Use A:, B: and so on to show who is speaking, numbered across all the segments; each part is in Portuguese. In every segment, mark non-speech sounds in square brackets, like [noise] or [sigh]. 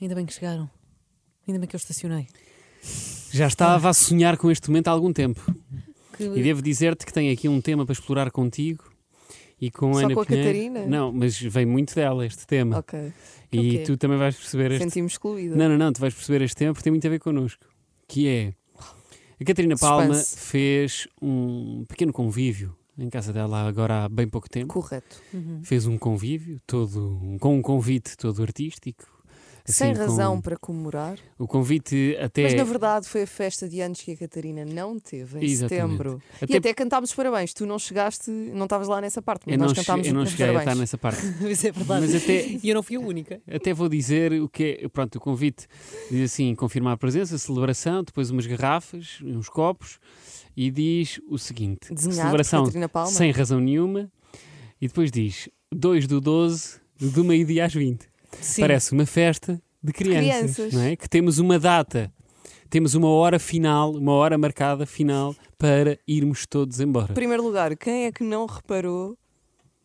A: Ainda bem que chegaram. Ainda bem que eu estacionei.
B: Já estava a sonhar com este momento há algum tempo.
A: Que-
B: E devo dizer-te que tenho aqui um tema para explorar contigo e com
C: Só
B: a Ana
C: com a
B: Pinheiro.
C: Catarina?
B: Não, mas vem muito dela este tema.
C: Ok.
B: E
A: Ok.
B: tu também vais perceber este.
C: Sentimos excluída.
B: Não, não, não, tu vais perceber este tema porque tem muito a ver connosco. Que é. A Catarina Palma
C: Suspense.
B: fez um pequeno convívio em casa dela agora há bem pouco tempo.
C: Correto.
A: Uhum. [laughs]
B: Fez um convívio todo, um- com um convite todo artístico.
C: Sem
B: assim, com- É-
C: razão para comemorar.
B: O convite até.
C: Mas na verdade foi a festa de anos que a Catarina não teve em
B: Exatamente.
C: setembro.
B: Até-
C: E até cantámos parabéns. Tu não chegaste, não estavas lá nessa parte, mas
B: eu não,
C: nós
B: che-
C: cantámos
B: eu não
C: os
B: cheguei a estar
C: parabéns.
B: nessa parte.
C: [laughs]
A: Mas é
B: [laughs]
A: verdade.
B: Mas até,
A: E eu não fui a única.
B: Até vou dizer o que é. Pronto, o convite diz assim: confirma a presença, celebração, depois umas garrafas, uns copos, e diz o seguinte:
C: Desenhado
B: celebração
C: por Catarina Palma.
B: sem razão nenhuma, e depois diz 2 do 12, do meio-dia às 20.
A: Sim.
B: Parece uma festa de crianças,
C: crianças.
B: não é? Que temos uma data, temos uma hora final, uma hora marcada final para irmos todos embora.
C: Em primeiro lugar, quem é que não reparou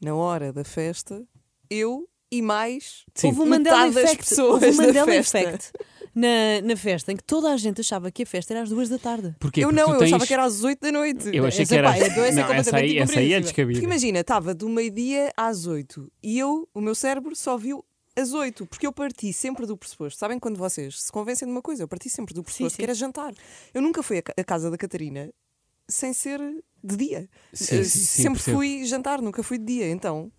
C: na hora da festa? Eu e mais
B: Sim.
A: Houve um Mandela
C: metade das
A: Effect.
C: pessoas
A: Houve um
C: da
A: Mandela
C: festa.
A: Effect na, na festa em que toda a gente achava que a festa era às duas da tarde.
B: Porquê?
C: eu
B: Porque
C: não,
B: tu
C: eu
B: tens...
C: achava que era às 8 da noite.
B: Eu achei
A: Essa
B: que era.
A: pá, a doença é
B: não, essa aí,
A: completamente
B: essa aí é
A: incompreensível.
B: descabida.
C: Porque imagina, estava do meio-dia às 8 e eu, o meu cérebro, só viu às 8, porque eu parti sempre do pressuposto. Sabem quando vocês se convencem de uma coisa? Eu parti sempre do pressuposto
A: sim.
C: que era jantar. Eu nunca fui à ca- à casa da Catarina sem ser de dia.
B: Sim,
C: Eu
B: sim, sim,
C: sempre
B: percebo.
C: fui jantar, nunca fui de dia. Então.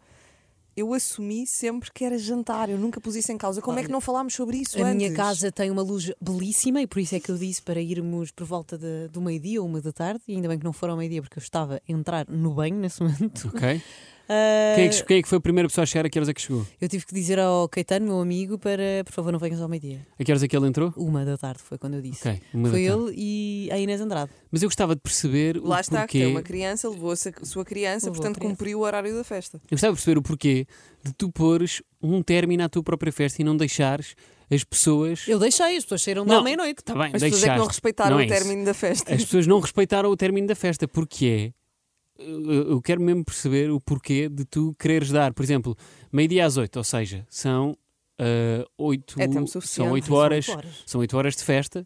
C: Eu assumi sempre que era jantar, eu nunca pus isso em causa. Como é que não falámos sobre isso
A: A
C: antes?
A: minha casa tem uma luz belíssima e por isso é que eu disse para irmos por volta de- do meio-dia ou uma da tarde. E ainda bem que não foram ao meio-dia porque eu estava a entrar no banho nesse momento.
B: Ok.
A: Ah,
B: Quem é, [laughs] que, quem é que foi a primeira pessoa a chegar? A que horas é que chegou?
A: Eu tive que dizer ao Caetano, meu amigo, para por favor não venhas ao meio-dia.
B: A que horas é que ele entrou?
A: Uma da tarde foi quando eu disse.
B: Ok, uma da
A: foi
B: tarde.
A: ele e a Inês Andrade.
B: Mas eu gostava de perceber
C: Lá
B: o
C: está, que
B: porquê.
C: tem uma criança, levou a sa- sua criança,
A: Levou a
C: portanto
A: criança.
C: cumpriu o horário da festa.
B: Eu gostava de perceber o porquê de tu pores um término à tua própria festa e não deixares as pessoas.
A: Eu deixei, as pessoas saíram
B: Não,
A: da meia-noite.
B: Tá bem,
C: As
B: deixaste.
C: pessoas é que não respeitaram
B: Não é
C: o
B: isso.
C: término da festa.
B: As pessoas não respeitaram o término da festa. Porquê? Eu eu quero mesmo perceber o porquê de tu quereres dar, por exemplo, meio-dia às oito, ou seja, são ah, oito,
C: É tempo
B: são
C: suficiente,
B: oito
C: são
B: horas,
A: oito horas.
B: são oito horas de festa,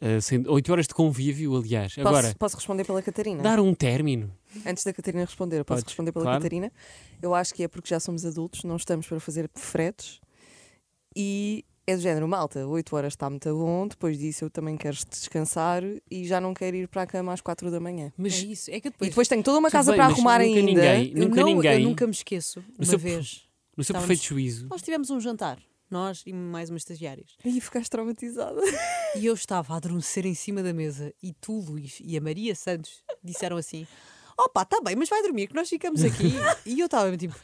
B: ah, sendo oito horas de convívio, aliás. Agora,
C: Posso, posso responder pela Catarina?
B: dar um término.
C: Antes da Catarina responder, posso
B: Podes,
C: responder pela
B: claro.
C: Catarina? Eu acho que é porque já somos adultos, não estamos para fazer fretes e é do género malta. 8 horas está muito bom, depois disso eu também quero descansar e já não quero ir para a cama às 4 da manhã.
A: É
B: Mas
A: isso, é que
C: e depois tenho toda uma
B: tudo
C: casa
B: bem,
C: para
B: mas
C: arrumar
B: nunca
C: ainda.
B: Ninguém,
A: eu,
B: nunca
A: não-
B: ninguém,
A: eu nunca me esqueço, uma
B: seu-
A: vez.
B: no seu
A: Estávamos-
B: perfeito juízo,
A: Nós tivemos um jantar, nós e mais umas estagiárias.
C: E ficaste traumatizada.
A: E eu estava a adormecer em cima da mesa e tu, Luís, e a Maria Santos disseram assim: Opa, está bem, mas vai dormir, que nós ficamos
B: [laughs]
A: aqui. e eu estava tipo: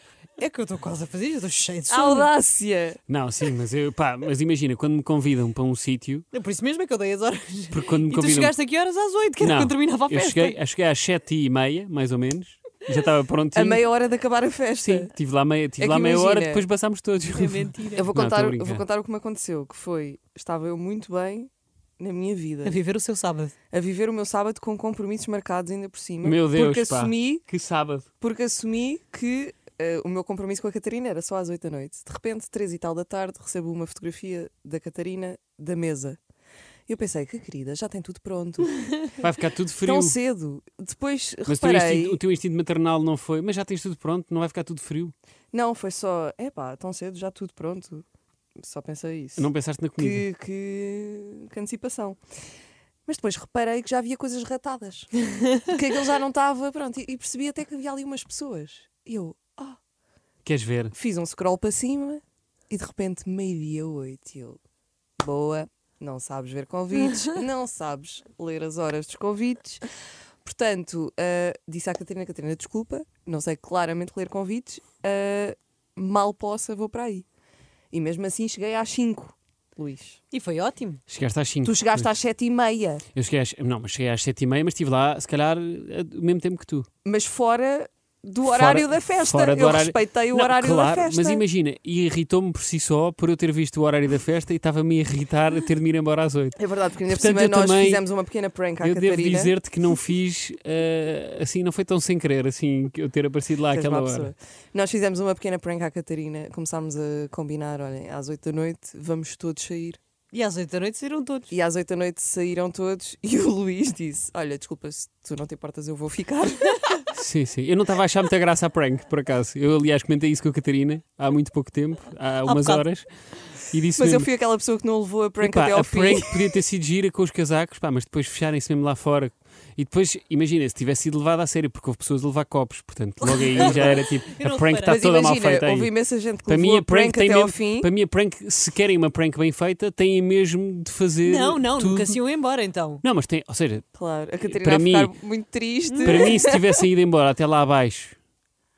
A: É que eu estou quase a fazer isso, eu estou cheio
B: Ah,
A: de sono.
C: [laughs] Audácia!
B: Não, sim, mas, eu, pá, mas imagina, quando me convidam para um sítio,
A: É Por isso mesmo é que eu dei as horas.
B: porque quando me
A: E tu
B: convidam.
A: chegaste aqui horas às oito, que era
B: não,
A: quando terminava a
B: eu
A: festa.
B: cheguei, eu cheguei às sete e meia, mais ou menos, já estava prontinho.
C: [laughs] A meia hora de acabar a festa.
B: Sim, estive lá meia, tive
C: É que
B: lá meia hora,
C: imagina.
B: depois passámos todos. [laughs]
A: É mentira.
C: Eu vou,
B: Não,
C: contar,
B: estou a
C: eu vou
B: brincar.
C: contar o que me aconteceu, que foi, estava eu muito bem na minha vida.
A: A viver o seu sábado.
C: a viver o meu sábado com compromissos marcados ainda por cima.
B: Meu Deus,
C: porque
B: pá.
C: assumi,
B: que sábado.
C: porque assumi que eh, o meu compromisso com a Catarina era só às 8 da noite. De repente, três e tal da tarde, recebo uma fotografia da Catarina da mesa. E Eu pensei, que querida, já tem tudo pronto.
B: Vai ficar tudo [laughs] frio.
C: Tão cedo. Depois
B: mas tu
C: reparei.
B: instinto- o teu instinto maternal não foi, mas já tens tudo pronto, não vai ficar tudo frio.
C: Não, foi só, epá, tão cedo, já tudo pronto. Só pensei isso.
B: Não pensaste na comida.
C: que, que- que antecipação. Mas depois reparei que já havia coisas ratadas. que aquilo já não estava. Pronto, e, e percebi até que havia ali umas pessoas. E eu ah,
B: Queres ver?
C: fiz um scroll para cima e de repente meio-dia oito. E eu, boa, não sabes ver convites, não sabes ler as horas dos convites. Portanto, ah, disse à Catarina, Catarina, desculpa, não sei claramente ler convites, ah, mal possa, vou para aí. E mesmo assim cheguei às 5, Luís.
A: E foi ótimo.
B: Chegaste às 5.
C: Tu chegaste às sete e meia,
B: Eu cheguei às... Não, mas cheguei às 7 e meia, mas estive lá, se calhar, eh, o mesmo tempo que tu.
C: mas fora do horário
B: Fora-
C: da festa.
B: fora do
C: eu
B: horário-
C: respeitei o
B: Não,
C: horário
B: claro,
C: da festa.
B: Mas imagina, e irritou-me por si só por eu ter visto o horário da festa e estava-me a irritar a ter de me ir embora às
C: [laughs]
B: 8.
C: É verdade, porque ainda por
B: Portanto,
C: cima
B: eu
C: nós
B: também-
C: fizemos uma pequena prank à
B: eu
C: Catarina.
B: devo dizer-te que não fiz eh, assim, não foi tão sem querer assim que eu ter aparecido lá
C: Tu és
B: àquela
C: má
B: hora.
C: pessoa. Nós fizemos uma pequena prank à Catarina, começámos a combinar, olhem, às 8 da noite vamos todos sair.
A: E às 8 da noite saíram todos.
C: E às 8 da noite saíram todos [laughs] e o Luís disse: Olha, desculpa, se tu não te importas, eu vou ficar.
B: Sim, sim. Eu não estava a achar muita graça a prank, por acaso. Eu, aliás, comentei isso com a Catarina há muito pouco tempo, há umas
C: bocado.
B: horas. E disse
C: Mas eu
B: mesmo,
C: fui aquela pessoa que não levou a prank
B: Epá,
C: até ao
B: a
C: fim.
B: prank podia ter sido gira com os casacos, pá, mas depois fecharem-se mesmo lá fora. E depois, imagina, se tivesse sido levada a sério, porque houve pessoas a levar copos, portanto, logo aí já era tipo,
A: [laughs] Eu não
B: a prank está
C: Mas
B: toda mal
C: imagina,
B: feita
C: houve
B: aí.
C: imensa gente que
B: Para
C: levou
B: mim, a
C: a
B: prank
C: prank,
B: tem
C: até ao
B: mesmo-
C: fim.
B: Para mim, a prank, se querem uma prank bem feita, têm mesmo de fazer.
A: Não, não,
B: tudo.
A: nunca se iam embora então.
B: Não, mas tem, ou seja,
C: Claro, a Catarina
B: Para
C: vai ficar
B: mim-
C: muito triste.
B: para mim, se tivessem ido embora até lá abaixo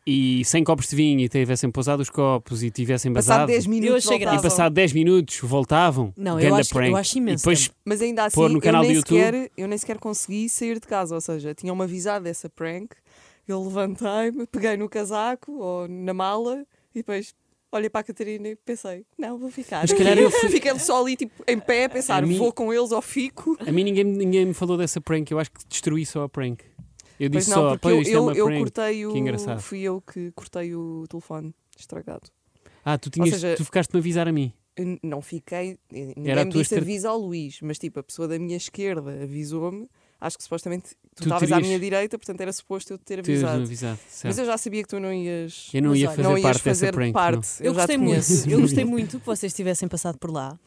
B: e sem copos de vinho e tivessem pousado os copos e tivessem
C: Passado
B: basado
C: 10 minutos,
A: achei graça.
B: e
A: estavam.
B: passado 10 minutos voltavam,
A: Não, eu
B: ganda
A: acho que- eu
B: prank.
A: acho imenso
B: E depois,
A: também.
C: Mas ainda assim,
B: Pôr no canal
C: eu,
B: do
C: nem
B: YouTube.
C: sequer, eu nem sequer consegui sair de casa. Ou seja, tinham-me avisado dessa prank. Eu levantei-me, peguei no casaco ou na mala e depois olhei para a Catarina e pensei: não, vou ficar.
B: Mas se calhar eu fui-
C: [laughs] Fiquei só ali tipo, em pé a pensar:
B: A mim-
C: vou com eles ou fico.
B: a mim ninguém, ninguém me falou dessa prank, eu acho que destruí só a prank. Eu
C: Pois
B: disse
C: não,
B: só,
C: porque
B: pois
C: eu,
B: isto é
C: eu,
B: uma
C: eu
B: prank.
C: cortei o.
B: que engraçado.
C: Fui eu que cortei o telefone estragado.
B: Ah, tu, tinhas,
C: seja-
B: tu ficaste-me a avisar a mim.
C: Eu Não fiquei. Ninguém
B: Era a
C: me
B: tua
C: disse
B: estra-
C: avisa ao Luís, mas tipo, a pessoa da minha esquerda avisou-me. Acho que supostamente
B: Tu
C: tu estavas à
B: terias-
C: minha direita, portanto era suposto eu te ter
B: Tinhas-me
C: avisado.
B: avisado.
C: Mas
B: certo.
C: eu já sabia que tu não ias,
B: Eu não
A: Mas
B: ia
A: olha,
B: fazer
C: não ias
B: parte
C: fazer
B: dessa prank. não.
C: parte.
A: Eu,
C: já te
A: gostei muito,
C: conheço. [laughs]
A: eu gostei muito que vocês tivessem passado por lá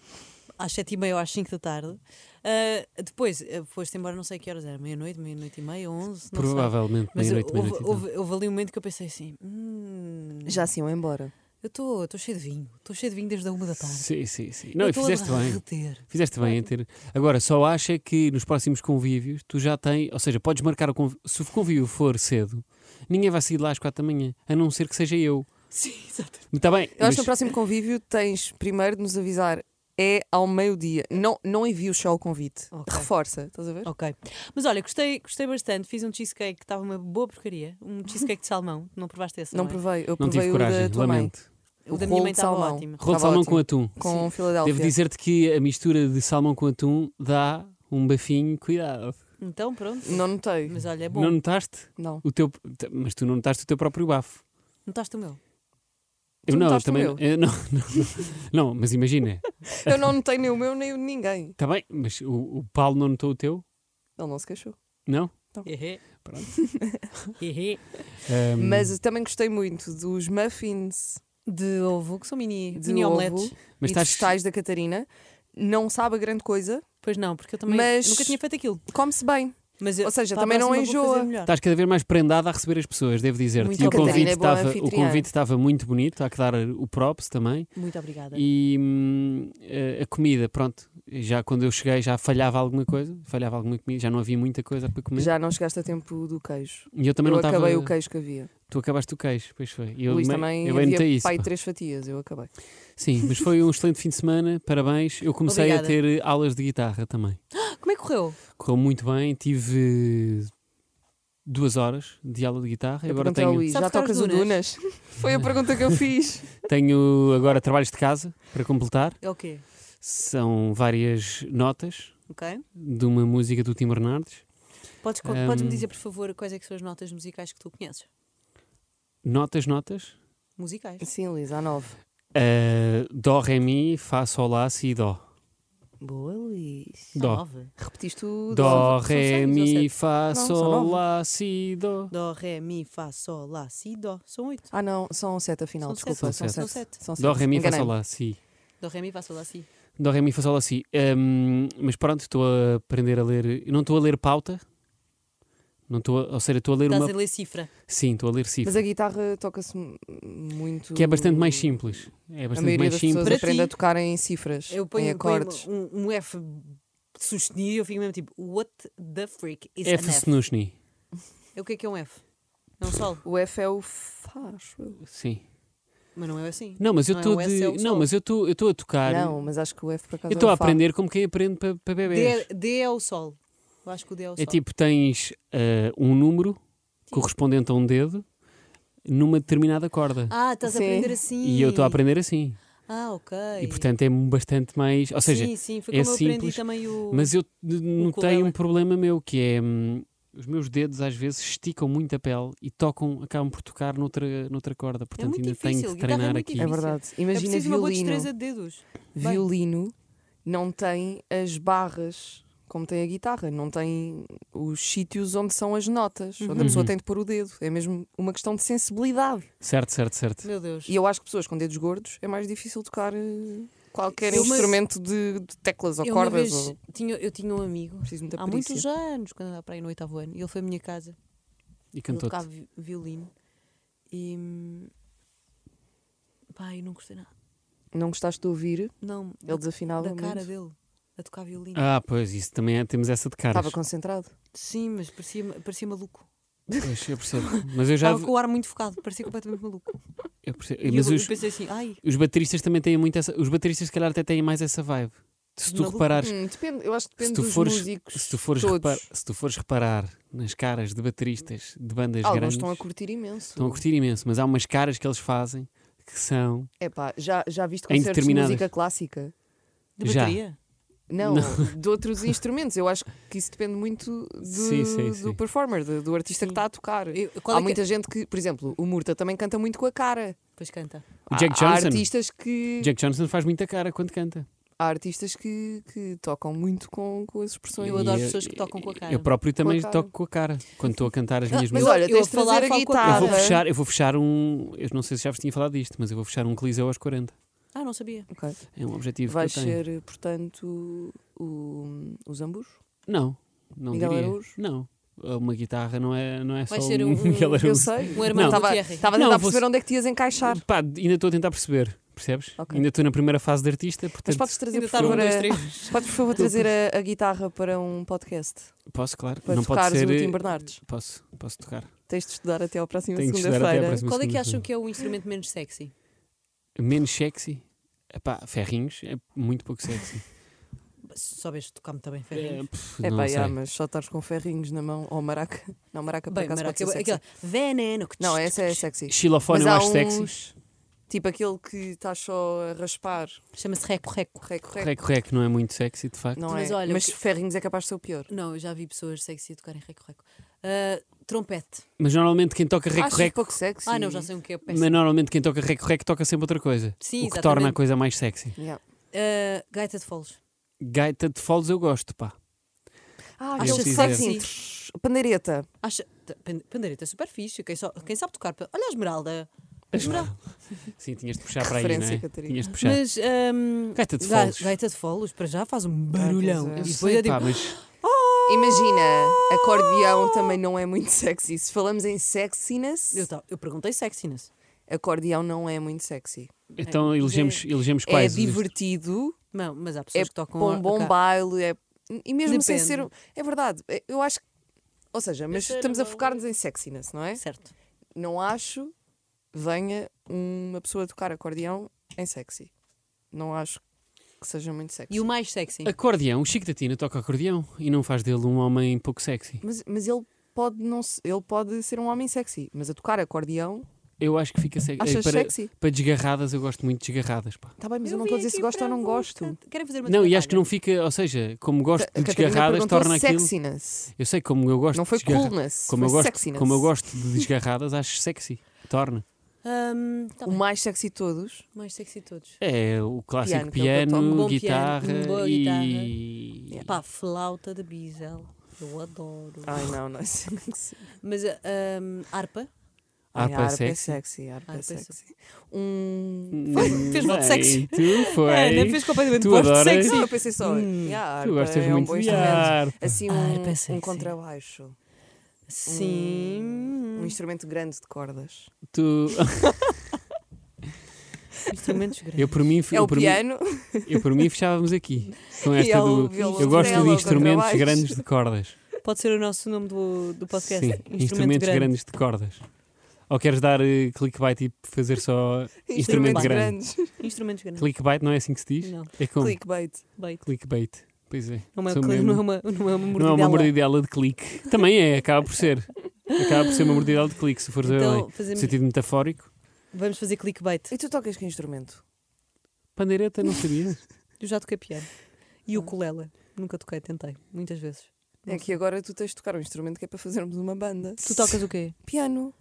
A: às sete e meia ou às 5 da tarde. Ah, depois eh, foste embora, não sei que horas era, meia-noite, meia-noite e meia, onze, não sei.
B: Provavelmente,
A: Mas
B: meia-noite,
A: houve,
B: meia-noite. e tal.
A: houve, houve ali um momento que eu pensei assim: hum,
C: Já se iam embora.
A: eu estou cheio de vinho, estou cheio de vinho desde a uma da tarde.
B: Sim, sim, sim. Não,
A: Eu
B: e
A: tô a
B: fizeste bem.
A: derreter.
B: Fizeste bem em ter. Agora, só acha que nos próximos convívios tu já tens. Ou seja, podes marcar o convívio. Se o convívio for cedo, ninguém vai sair de lá às quatro da manhã, a não ser que seja eu.
A: Sim, [laughs] exato.
B: Está bem.
C: Eu acho
B: mas-
C: que no próximo convívio tens primeiro de nos avisar. É ao meio-dia. Não, não envio só o convite.
A: Ok.
C: Reforça, estás a ver?
A: Ok. Mas olha, gostei, gostei bastante. Fiz um cheesecake que estava uma boa porcaria. Um cheesecake de salmão. Não provaste esse?
C: Não
A: é?
C: provei. Eu
B: Não
C: provei
B: tive
C: o da
B: coragem,
C: tua mãe.
B: lamento.
A: O da
C: O
A: minha
C: rolo
A: mãe
C: de
A: estava
C: salmão.
A: ótimo.
B: Rolo de
C: Estava
B: salmão com
C: ótimo.
B: atum.
C: Com Filadélfia.
B: Devo dizer-te que a mistura de salmão com atum dá um bafinho, cuidado.
A: Então pronto.
C: Não notei.
A: Mas olha, é bom.
B: Não
A: Não,
B: notaste?
C: Não.
B: O teu... Mas tu não notaste o teu próprio bafo.
A: estás o meu.
B: Eu
C: Tu
B: não, eu
C: notaste o
B: também.
C: meu?
B: eu não, [laughs] não, não. Não, mas imagina.
C: Eu não notei nem o meu nem o de ninguém.
B: Está bem, mas o, o Paulo não notou o teu?
C: Ele não se queixou.
B: Não?
A: Hehe.
C: [laughs]
B: Pronto.
A: Hehe.
B: Ahm,
C: Mas eu também gostei muito dos muffins
A: de ovo, que são mini,
C: de
A: mini
C: ovo
A: omeletes.
B: mas
C: e
B: estás-
C: dos tais da Catarina. Não sabe a grande coisa.
A: Pois não, porque eu também
C: Mas-
A: nunca tinha feito aquilo.
C: Come-se bem.
A: Mas eu-
C: Ou seja,
A: para a
C: também não
A: próxima vou fazer
C: enjoa.
A: melhor.
B: Estás cada vez mais prendada a receber as pessoas, devo dizer-te.
A: Muito
B: E o
A: obrigada.
B: convite,
C: Catarina é boa
B: estava, o
C: anfitriã.
B: convite estava muito bonito, há que dar o props também.
A: Muito obrigada.
B: E hum, a- a comida, pronto. Já quando eu cheguei já falhava alguma coisa, falhava alguma comida, já não havia muita coisa para comer.
C: Já não chegaste a tempo do queijo.
B: E eu também
C: eu
B: não estava.
C: acabei o queijo que havia.
B: Tu acabaste o queijo, pois foi. E
C: Eu
B: Eu,
C: Luís
B: me-
C: também
B: eu bem
C: havia
B: notei isso.
C: pai
B: pá.
C: três fatias, eu acabei.
B: [laughs] Sim, mas foi um excelente fim de semana, parabéns. Eu comecei a
A: Obrigada.
B: ter aulas de guitarra também.
A: Como é que correu?
B: Correu muito bem, tive eh, duas horas de aula de guitarra. e
C: Eu
B: agora
C: perguntei ao
B: tenho,
C: Luís,
A: Sabe
C: já
A: tocar
C: tocas
A: as
C: o Dunas? [laughs] Foi a pergunta que eu fiz.
B: tenho agora trabalhos de casa para completar.
A: É o quê?
B: São várias notas
A: Ok?
B: de uma música do Tim Bernardes.
A: Podes,
B: Ahm.
A: podes-me dizer, por favor, quais é que são as notas musicais que tu conheces?
B: Notas, notas.
A: Musicais.
C: Sim, Luís, há nove.
B: Ah, dó, Ré, Mi, Fá, Sol, Lá, Si, Dó.
C: Boa, Luís.
A: São
B: Dó.
A: nove.
C: Repetiste o
B: Dó,
A: são
B: Ré,
A: seis ou
B: Mi,
A: sete?
B: Fá,
C: são
B: Sol,
C: nove.
B: Lá, Si, Dó.
A: Dó, Ré, Mi, Fá, Sol, Lá, Si, Dó. São oito.
C: Ah, não, são sete afinal,
A: São
C: desculpa.
B: sete.
C: São
B: São
C: sete.
A: sete.
C: São
B: Dó,
C: sete.
B: Ré, Mi, Fá, Sol,
C: Enganei-me.
B: Lá, Si.
A: Dó, Ré, Mi, Fá, Sol, Lá, Si.
B: Dó, Ré, Mi, Fá, Sol, Lá, Si. Ahm, mas pronto, estou a aprender a ler. Não estou a ler pauta. Não estou a... Ou seja, estou a ler
A: Estás
B: uma.
A: a ler cifra.
B: Sim, estou a ler
C: Mas
B: cifra.
C: a guitarra toca-se m- muito.
B: Que é bastante mais simples. É
C: A
B: bastante
C: maioria
B: mais
C: das
B: simples.
C: pessoas
A: Para
C: aprende
A: ti.
C: a tocar em cifras,
A: Eu ponho,
C: em
A: ponho
C: acordes.
A: um, um F sustenido e eu fico mesmo tipo, what the freak is
B: F.
A: an F?
B: Snushni.
A: O que é que é um F? É um sol.
C: O F é o Fá, acho eu.
B: Sim.
A: Mas não é assim.
B: Não, mas eu
A: Não é
B: estou
A: o S, é o
B: de. Não,
A: sol.
B: mas eu estou eu estou a tocar.
C: Não, mas acho que o F por
B: Eu
C: acaso
B: estou
C: é
B: a
C: o Fá.
B: aprender como quem Então aprende para pa bebês.
A: D, D é o sol.
B: tipo
A: Eu acho que o D é o sol.
B: É tipo, tens ah, um número correspondente a um dedo, numa determinada corda.
A: Ah, estás a
C: Sim.
A: aprender assim.
B: E eu estou a aprender assim.
A: Ah, ok.
B: E portanto é bastante mais. Ou seja,
A: sim, sim, foi
B: é
A: como eu aprendi
B: simples,
A: também o. é
B: mas eu de- notei
A: ukulele.
B: um problema meu que é. hum, os meus dedos às vezes esticam muito a pele e tocam, acabam por tocar noutra, noutra corda. Portanto,
A: muito
B: ainda tenho
A: difícil,
B: que
A: guitarra é
B: treinar
A: muito
B: aqui.
C: É
A: difícil.
C: verdade.
A: é
C: Imagina
A: preciso uma boa
C: violino.
A: destreza de dedos. Bem.
C: Violino não tem as barras como tem a guitarra, não tem os sítios onde são as notas, onde a pessoa
B: Uhum.
C: tem de pôr o dedo. É mesmo uma questão de sensibilidade.
B: Certo, certo, certo.
A: Meu Deus.
C: E eu acho que pessoas com dedos gordos é mais difícil tocar eh, qualquer
A: Eu uma-
C: instrumento de, de teclas ou
A: eu uma
C: cordas.
A: vez
C: Ou...
A: tinha, eu tinha um amigo,
C: Preciso
B: é
C: de muita
A: há
C: perícia.
A: muitos anos, quando andava para aí no oitavo ano, e ele foi à minha casa.
B: E
A: Ele
B: cantou-te.
A: tocava vi- violino. E. hum, Pá, eu não gostei nada.
C: Não gostaste de ouvir?
A: Não, da-
C: Ele desafinava
A: da cara
C: muito.
A: dele, a tocar violino.
B: Ah, pois, isso também é, temos essa de caras.
C: Estava concentrado.
A: Sim, mas parecia, parecia maluco.
B: Pois, eu percebo. Mas eu já.
A: Estava com o ar muito focado, parecia completamente maluco.
B: Eu percebo.
A: E
B: Mas
A: eu,
B: os,
A: eu pensei assim, ai,
B: os bateristas também têm muito essa. Os bateristas, se calhar, até têm mais essa vibe. Se tu
A: Maluco.
B: repares.
C: Hum, depende, eu acho que
B: Se
C: depende
B: tu,
C: dos
B: fores,
C: músicos.
B: se, tu fores
C: todos.
B: repar- se tu fores reparar nas caras de bateristas de bandas
C: Alguns
B: grandes,
C: estão a curtir imenso.
B: estão a curtir imenso, mas há umas caras que eles fazem que são.
C: Epá, já, já viste
B: Em
C: concertos de
B: determinadas-
C: música clássica?
A: de
B: Já.
A: bateria.
C: Não, de outros instrumentos. Eu acho que isso depende muito do,
B: Sim, sim, sim.
C: do performer, do, do artista
A: Sim.
C: que está a tocar.
A: Eu- qual
C: Há
A: é
C: muita gente que, por exemplo, o Murta também canta muito com a cara.
A: que... Pois canta.
B: O Jack
C: há, há
B: Johnson.
C: artistas que
B: Jack Johnson faz muita cara quando canta.
C: há artistas que, que tocam muito com, com as expressões.
A: Eu adoro
B: E é
A: pessoas que tocam com a cara. Ah,
B: Eu próprio também
C: cara.
B: toco com a cara quando estou a cantar as minhas
C: Mas
B: músicas.
C: olha,
A: eu
C: tens de
A: a falar
C: trazer a
A: falo com a
C: guitarra.
A: cara.
B: eu, vou fechar, eu vou fechar um. Eu não sei se já vos tinha falado disto, mas eu vou fechar um Coliseu aos 40.
A: Ah, não sabia.
C: Ok.
B: É um objetivo
C: Vai
B: que eu tenho.
C: ser, portanto, o, o Zambujo.
B: Não, não
C: Miguel
B: diria.
C: Araújo?
B: Não. Uma guitarra não é, não é só
A: Vai ser um-
B: [laughs] Miguel
A: eu
B: Araújo.
C: Eu sei.
A: Um Hermano
C: Estava
A: Gutierrez.
C: estava a
B: Não,
C: tentar
B: vou-
C: perceber onde é que te ias encaixar.
B: Pá, ainda estou a tentar perceber, percebes?
C: Ok.
B: Ainda estou na primeira fase de artista,
C: Mas
B: portanto.
C: podes trazer,
A: Ainda
C: por
B: tá
A: estar um,
C: favor,
A: dois,
C: a-
A: três.
C: podes, por favor, trazer a, a guitarra para um podcast.
B: Posso, claro.
C: Para
B: não pode
C: tocares
B: ser.
C: o
B: eh,
C: Tim Bernardes.
B: Posso, posso tocar.
C: Tens de estudar até à próxima
B: Tenho que estudar até à
C: segunda-feira.
B: próxima
A: Qual é que
B: segunda-feira.
A: acham que é o instrumento menos sexy?
B: Menos sexy? Epá, ferrinhos é muito pouco sexy.
A: Soubeste tocar muito bem,
B: É,
A: Ferrinho.
B: pff,
C: É
B: não
C: pá,
B: sei.
C: já, mas só estares com ferrinhos na mão ou maraca. Não, maraca por
A: Bem,
C: acaso
A: maraca,
C: pode ser sexy.
A: aquela veneno que
C: Não, essa é sexy.
B: Xilofone
C: Mas
B: eu
C: há
B: acho sexy.
C: uns- Tipo aquele que estás só a raspar.
A: chama-se reco reco.
C: Correto, correto.
B: Reco, reco não é muito sexy, de facto.
C: Não
A: Mas
C: é.
A: olha, o
C: mas
A: que-
C: ferrinhos é capaz de ser o pior.
A: Não, eu já vi pessoas sexy a tocarem reco reco. Ah, trompete.
B: Mas normalmente quem toca reco,
C: Achas
B: reco.
C: pouco sexy.
A: Ah, não, já sei o que é péssimo.
B: Mas normalmente quem toca reco, reco toca sempre outra coisa.
A: Sim,
B: o que torna a
A: exatamente.
B: coisa mais sexy.
C: Yeah.
A: Ah, gaita de foles.
B: Gaita de foles eu gosto, pá.
C: Ah,
A: Achas
C: aquele
A: sexy?
C: sexy. Pandeireta.
A: Acha... t- pan- Pandeireta é super fixe. Quem, só- Quem sabe tocar. pa- Olha a esmeralda. A esmeralda.
B: Sim, tinhas de puxar para aí, não
C: Referência,
B: é?
C: Catarina.
B: Tinhas de puxar.
A: Mas. ahm,
B: Gaita de
A: ga-
B: foles.
A: Gaita de foles, para já faz um barulhão.
C: Ah,
A: e
C: pois
B: Eu
A: depois
B: sei,
A: é tipo.
B: pá, mas-
C: Imagina, acordeão também não é muito sexy. Se falamos em sexiness,
A: Eu, ta- eu perguntei sexiness.
C: acordeão não é muito sexy.
B: Então elegemos, elegemos
C: É
B: quais? os-
C: divertido,
A: Não, mas há pessoas
C: é
A: que tocam.
C: bom,
A: a-
C: bom
A: a ca-
C: baile, é... e mesmo sem
A: Depende.
C: ser. É verdade, é- eu acho que. Ou seja, mas
A: Essa era
C: estamos a
A: uma-
C: focar-nos em sexiness, não é?
A: Certo.
C: Não acho venha uma pessoa tocar acordeão em sexy. Não acho que seja muito sexy.
A: E o mais sexy?
B: Acordeão, o Chico da Tina toca acordeão e não faz dele um homem pouco sexy.
C: Mas, mas ele pode não se- ele pode ser um homem sexy, mas a tocar acordeão,
B: Eu acho que fica sexy. Eh,
C: achas
B: para,
C: sexy?
B: para desgarradas, eu gosto muito de desgarradas, pá.
C: Tá bem, mas eu, não estou a dizer se gosto ou não gosto.
A: Querem fazer uma
B: Não, e
A: trabalhada?
B: acho que não fica, ou seja, como gosto
C: A
B: de
C: Catarina
B: desgarradas,
C: perguntou
B: torna aquilo.
C: sexiness.
B: Eu sei como eu gosto
C: Não foi
B: de desgarra-
C: coolness,
B: como eu
C: foi
B: gosto,
C: sexiness.
B: Como eu gosto de desgarradas, acho sexy. Torna.
A: Ahm, tá
C: O
A: bem.
C: mais sexy de todos.
A: Mais sexy de todos.
B: É o clássico
C: Piano, que é o que eu toco.
B: piano,
A: Bom
B: guitarra
A: piano, boa
B: e.
A: Pá, flauta de bisel. Eu adoro.
B: Ah.
C: Ai não, não é sexy.
A: Mas ah, ahm, harpa?
C: Ai,
B: Harpa é
C: é
B: sexy.
C: sexy, harpa é
A: Harpa é
C: sexy. Um.
A: Foi- fez voto
B: Bem,
A: sexy.
B: Tu foi.
C: É,
A: Ana É, fez completamente
B: Tu
A: posto
B: adoras?
A: sexy.
C: Não, eu pensei só,
A: Hum.
C: yeah, a
B: Tu
C: harpa
B: gostas
C: é um
B: muito
C: bom
B: de
C: instrumento.
B: harpa.
C: Assim,
A: A harpa é
C: um,
A: sexy.
C: um contrabaixo. Um
A: Sim.
C: instrumento grande de cordas.
B: Tu... [laughs]
A: Instrumentos grandes.
B: Eu por mim,
C: É
B: eu
C: o
B: por mim-
C: piano.
B: eu por mim fechávamos aqui. Com
C: [laughs] E
B: esta
C: é o
B: do.
C: violão.
B: Eu gosto
C: Violão,
B: de instrumentos
C: contrabaixo.
B: grandes de cordas.
A: Pode ser o nosso nome do, do podcast.
B: Sim,
A: Instrumento
B: instrumentos
A: grande.
B: grandes de cordas. Ou queres dar eh, clickbait e fazer só instrumento
C: [laughs] Instrumentos
B: grande?
C: grandes.
A: Instrumentos grandes.
B: Clickbait não é assim que se diz?
A: Não,
B: É como?
C: Clickbait.
A: bait.
B: Clickbait. Pois é.
A: Não é,
B: Sou
A: cli-
B: mesmo-
A: não é uma, não é uma
B: não é uma
A: mordidela.
B: mordidela de clique. Também é, acaba por ser. Acaba por ser uma mordida de clique, se fores a ver
A: Então,
B: é bem.
A: fazemos-
B: Sentido metafórico.
A: Vamos fazer clickbait.
C: E tu tocas que instrumento?
B: Pandeireta, não sabia.
A: Eu já toquei piano. E
B: Ah.
A: o colela. Nunca toquei, tentei. Muitas vezes. Não
C: É que agora tu tens de tocar um instrumento que é para fazermos uma banda.
A: Tu tocas o quê?
C: Piano.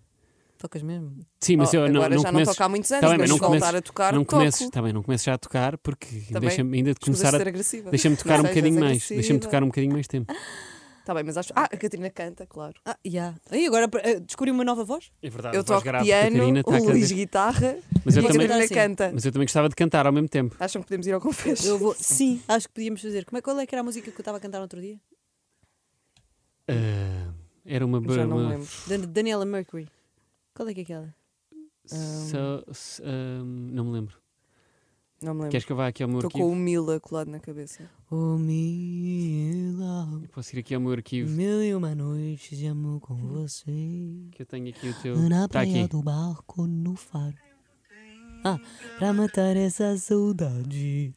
A: Tocas mesmo?
B: Sim, mas
C: Oh,
B: eu não,
C: agora
B: não
C: já não
B: começo.
C: toco há muitos anos,
B: Tá bem, mas
C: mas
B: não
C: se voltar
B: comeces-
C: a tocar,
B: não
C: toco.
B: comeces, também não comeces já a tocar porque
C: Também.
B: deixa-me ainda de
C: Desculpa
B: começar a
C: Tá ser agressiva.
B: deixa-me tocar um
C: Não sejas
B: bocadinho mais,
C: agressiva.
B: deixa-me tocar um bocadinho mais tempo.
C: Tá bem, mas acho. Ah, a Catarina canta, claro.
A: Ah, já. Aí agora eh, descobri uma nova
B: [laughs]
A: voz?
B: É verdade,
C: Eu toco piano,
B: tá
C: o Luís guitarra
B: mas eu
C: e a
B: também
C: Catarina
A: Sim.
C: canta.
B: mas eu também gostava de cantar ao mesmo tempo.
C: Acham que podemos ir ao confesso?
A: Eu vou... Sim, acho que podíamos fazer. Como é, qual é que era a música que eu estava a cantar no outro dia?
B: Ah, era uma
C: [laughs] Já não me
B: uma-
C: lembro.
A: Da Daniela Mercury. Qual é que é aquela?
B: só- s- ah, não me lembro.
C: Não me lembro.
B: Queres que eu vá aqui ao meu
C: Estou
B: arquivo?
C: com o Mila colado na cabeça.
A: Oh, Mila,
B: Eu Posso ir aqui ao meu arquivo
A: mil e uma noites de amor com você.
B: que eu tenho aqui o teu.
A: Na
B: Está
A: praia
B: aqui.
A: do barco no faro. Ah, pra matar essa [laughs] saudade,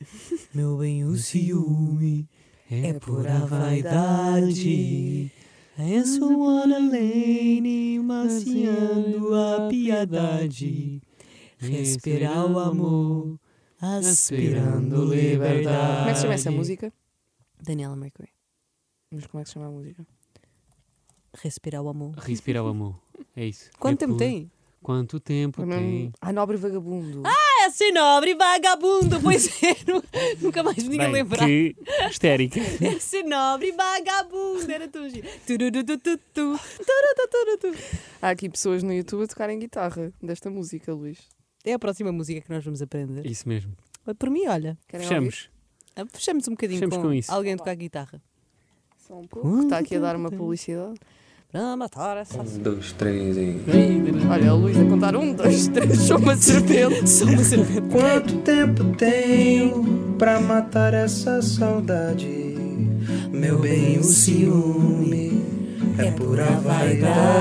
A: meu bem, o ciúme é pura vaidade. É sua lane maciando a piedade, respirar o amor, aspirando liberdade.
C: Como é que se chama essa música?
A: Daniela Mercury.
C: Mas como é que se chama a música?
A: Respirar o amor.
B: Respirar o amor. É isso.
A: [laughs] Quanto
B: É
A: tempo
B: pura-
A: tem?
B: Quanto tempo tem?
C: Ah, Nobre Vagabundo.
B: Ah!
A: Esse nobre vagabundo, pois é, nu- nunca mais me ninguém
B: Bem,
A: lembrar.
B: Que histérica. [laughs]
A: Esse nobre vagabundo era tão giro. Tururutututu, tururutututu.
C: Há aqui pessoas no YouTube a tocarem guitarra desta música, Luís.
A: É a próxima música que nós vamos aprender.
B: É Isso mesmo.
A: Por mim, olha,
C: Querem ouvir?
B: Fechamos.
A: ah, fechamos um bocadinho
B: Fechamos com isso.
A: alguém a tocar guitarra.
C: Só um pouco. que Está aqui a dar uma publicidade.
A: Para matar essa
D: Um, dois, três e.
C: Olha, o Luís a contar um, dois, três, sou uma serpente.
A: sou uma serpente.
D: Quanto tempo tenho pra matar essa saudade? Meu bem, o ciúme é pura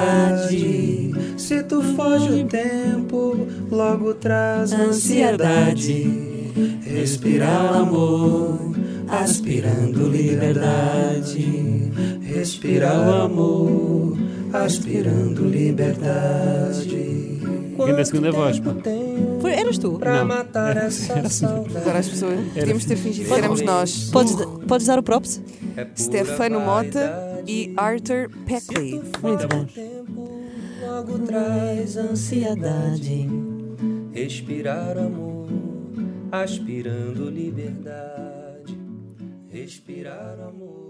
D: vaidade. Se tu foge o tempo, logo traz ansiedade. Respirar o amor, aspirando liberdade. Respirar o amor, aspirando liberdade.
B: Grande a segunda voz, pá.
A: Foi- Eras tu?
D: Pra
B: Não,
C: [laughs]
D: matar essa
C: Agora
D: saudade.
C: as pessoas. Podíamos ter fingido que
D: Era-
C: éramos nós.
A: Podes, da- podes dar o props?
C: Stefano Mota e Arthur Peckley.
A: Muito bom.
D: Logo traz
A: Ansiedade.
D: Respirar amor, aspirando liberdade. Respirar amor.